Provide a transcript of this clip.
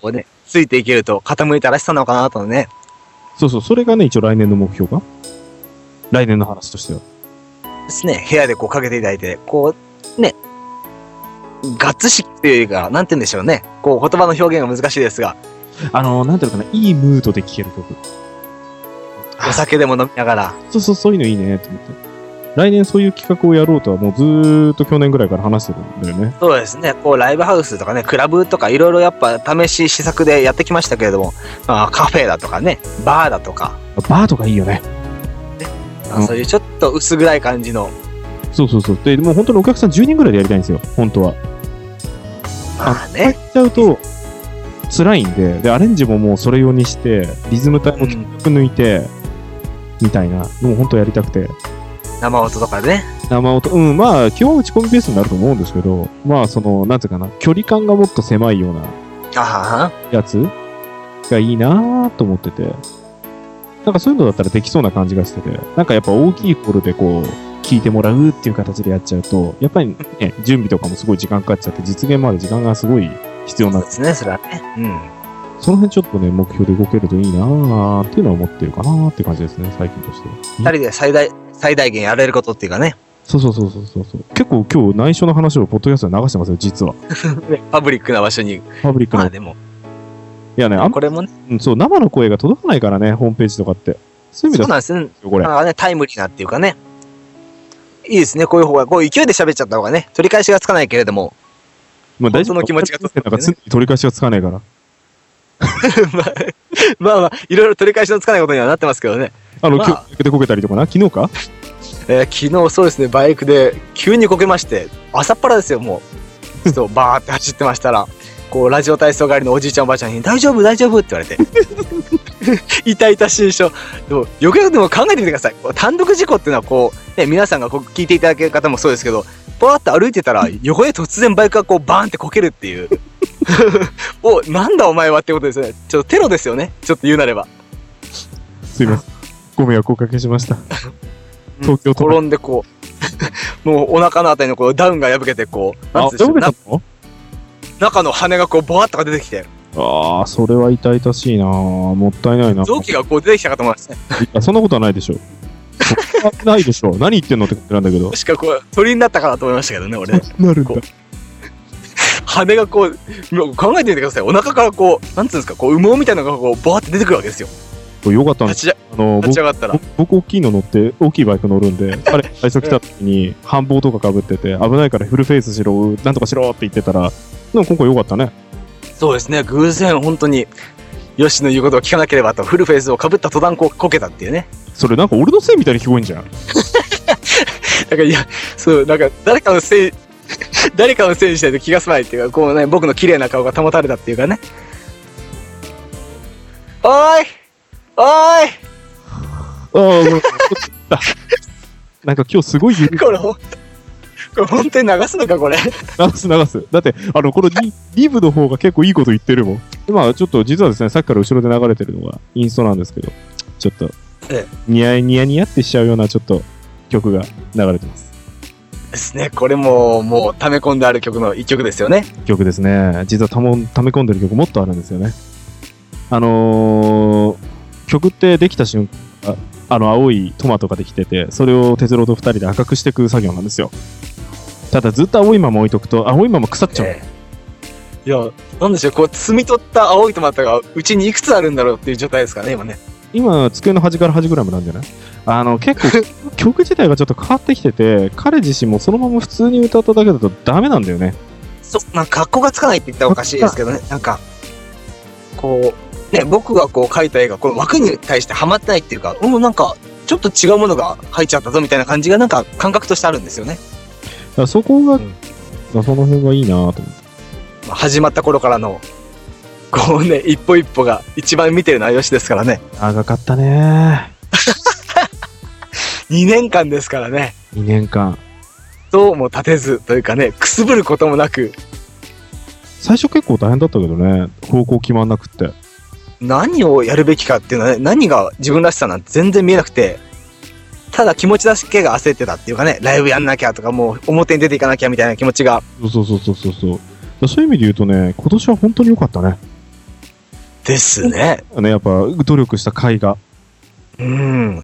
こうね、ついていけると傾いたらしさなのかなとね。そうそう、それがね、一応来年の目標か来年の話としては。ですね、部屋でこうかけていただいて、こう、ね、ガッツしっていうよりか、なんて言うんでしょうね。こう、言葉の表現が難しいですが、あのー、なんていうのかな、いいムードで聴ける曲。お酒でも飲みながら、そうそう、そういうのいいね、と思って。来年そういう企画をやろうとはもうずーっと去年ぐらいから話してるんだよね。そうですね、こう、ライブハウスとかね、クラブとか、いろいろやっぱ試し、試作でやってきましたけれども、まあ、カフェだとかね、バーだとか、バーとかいいよね。まあうんそういうちょっと薄暗い感じの、そうそうそう。で、もう本当にお客さん10人ぐらいでやりたいんですよ、本当は。まあ入っね、ちゃうと辛いんで、で、アレンジももうそれ用にして、リズム帯もうん曲抜いて、みたいな、もう本当やりたくて。生音とかでね、生音、うん、まあ、基本打ち込みベースになると思うんですけど、まあ、その、なんていうかな、距離感がもっと狭いようなあははやつがいいなぁと思ってて、なんかそういうのだったらできそうな感じがしてて、なんかやっぱ大きいホールでこう、聞いてもらうっていう形でやっちゃうと、やっぱりね、準備とかもすごい時間かかっちゃって、実現まで時間がすごい必要そなうですね、それはね。うん。その辺ちょっとね、目標で動けるといいなーっていうのは思ってるかなーって感じですね、最近として。二人で最大、最大限やれることっていうかね、そうそうそうそうそうそう。結構今日内緒の話をポッドキャストで流してますよ、実は。パブリックな場所に、パブリックまの。あいでも、やね、あんこれもね、うんそう、生の声が届かないからね、ホームページとかって。そういう意そう味だなんですね。よ、これ。まあね、タイムリーなっていうかね。いいですね、こういう方が、こう勢いで喋っちゃった方がね、取り返しがつかないけれども、まあ本当の気持ちがなんか常に取り返しがつかないから。まあ、 まあまあ、いろいろ取り返しのつかないことにはなってますけどね。あの、まあ今日、でこけたりとかな、昨日かえー昨日そうですね、バイクで急にこけまして、朝っぱらですよ、もう。 ちょっとバーって走ってましたら、こう、ラジオ体操帰りのおじいちゃんおばあちゃんに、大丈夫、大丈夫って言われて。 痛々しいしょ。でも、よくよくでも考えてみてください。こう単独事故っていうのは、こう、ね、皆さんがこう聞いていただける方もそうですけど、バーって歩いてたら、横で突然バイクがこう、バーンってこけるっていう。 お、なんだお前はってことですよね。ちょっとテロですよね。ちょっと言うなれば。すいませ ん。ご迷惑をおかけしました。東京都内転んでこう もうお腹のあたりのこうダウンが破けてこうなんあ、つうんでしょうでこなけたの中の羽がこうボワッとか出てきてああ、それは痛々しいなーもったいないな。臓器がこう出てきたかと思いますねいや、そんなことはないでし ょ。そんなないでしょ。何言ってんのってことなんだけども。しかこう鳥になったかなと思いましたけどね 俺なるんだ羽がこうもう考えてみてくださいお腹からこうなんつうんですかこう羽毛みたいなのがこうボワッて出てくるわけですよよかったんで立す。ち上あの、立ち僕上がったら僕大きいの乗って、大きいバイク乗るん で、彼、最初来た時に、半棒とか被ってて、危ないからフルフェイスしろ、なんとかしろって言ってたら、でも今回よかったね。そうですね偶然本当にヨシの言うことを聞かなければとフルフェイスをかぶった途端こうこけたっていうねそれなんか俺のせいみたいに聞こえんじゃん。だからいやそうなんか誰かのせい 誰かのせいにしないと気が済まないっていうかこうね僕の綺麗な顔が保たれたっていうかねおーいおーいああ、ごめん なんか今日すごい緩いこれほんこれ本当に流すのかこれ流す流す。だって、あの、このリリブの方が結構いいこと言ってるもん。まあ、ちょっと実はですね、さっきから後ろで流れてるのがインストなんですけど、ちょっとええ、ニヤニヤニヤってしちゃうようなちょっと曲が流れてます。ですねこれももう溜め込んである曲の一曲ですよね曲ですね。実はたもん溜め込んでる曲もっとあるんですよね。あのー曲ってできた瞬間、ああの、青いトマトができてて、それを哲郎と二人で赤くしていく作業なんですよ。ただずっと青いまま置いとくと、青いまま腐っちゃう。ええいやなんでしょうこう摘み取った青いトマトがうちにいくつあるんだろうっていう状態ですかね今ね今、机の端から端ぐらいまでなんじゃないあの、結構、曲自体がちょっと変わってきてて、彼自身もそのまま普通に歌っただけだとダメなんだよね。そうなんか格好がつかないって言ったらおかしいですけどねなんかこうね僕がこう描いた絵がこの枠に対してはまってないっていうかうんなんかちょっと違うものが入っちゃったぞみたいな感じがなんか感覚としてあるんですよね、だからそこが、うんまあその辺がいいなと思って。まあ、始まった頃からのこうね一歩一歩が一番見てるのはよしですからね長かったね2年間ですからね2年間。どうも立てずというかねくすぶることもなく最初結構大変だったけどね、方向決まんなくって。何をやるべきかっていうのはね何が自分らしさなんて全然見えなくてただ気持ちだけが焦ってたっていうかねライブやんなきゃとかもう表に出ていかなきゃみたいな気持ちがそうそうそうそうそう。そういう意味で言うとね、今年は本当に良かったね。ですね。ね、やっぱ努力した甲斐が。うん。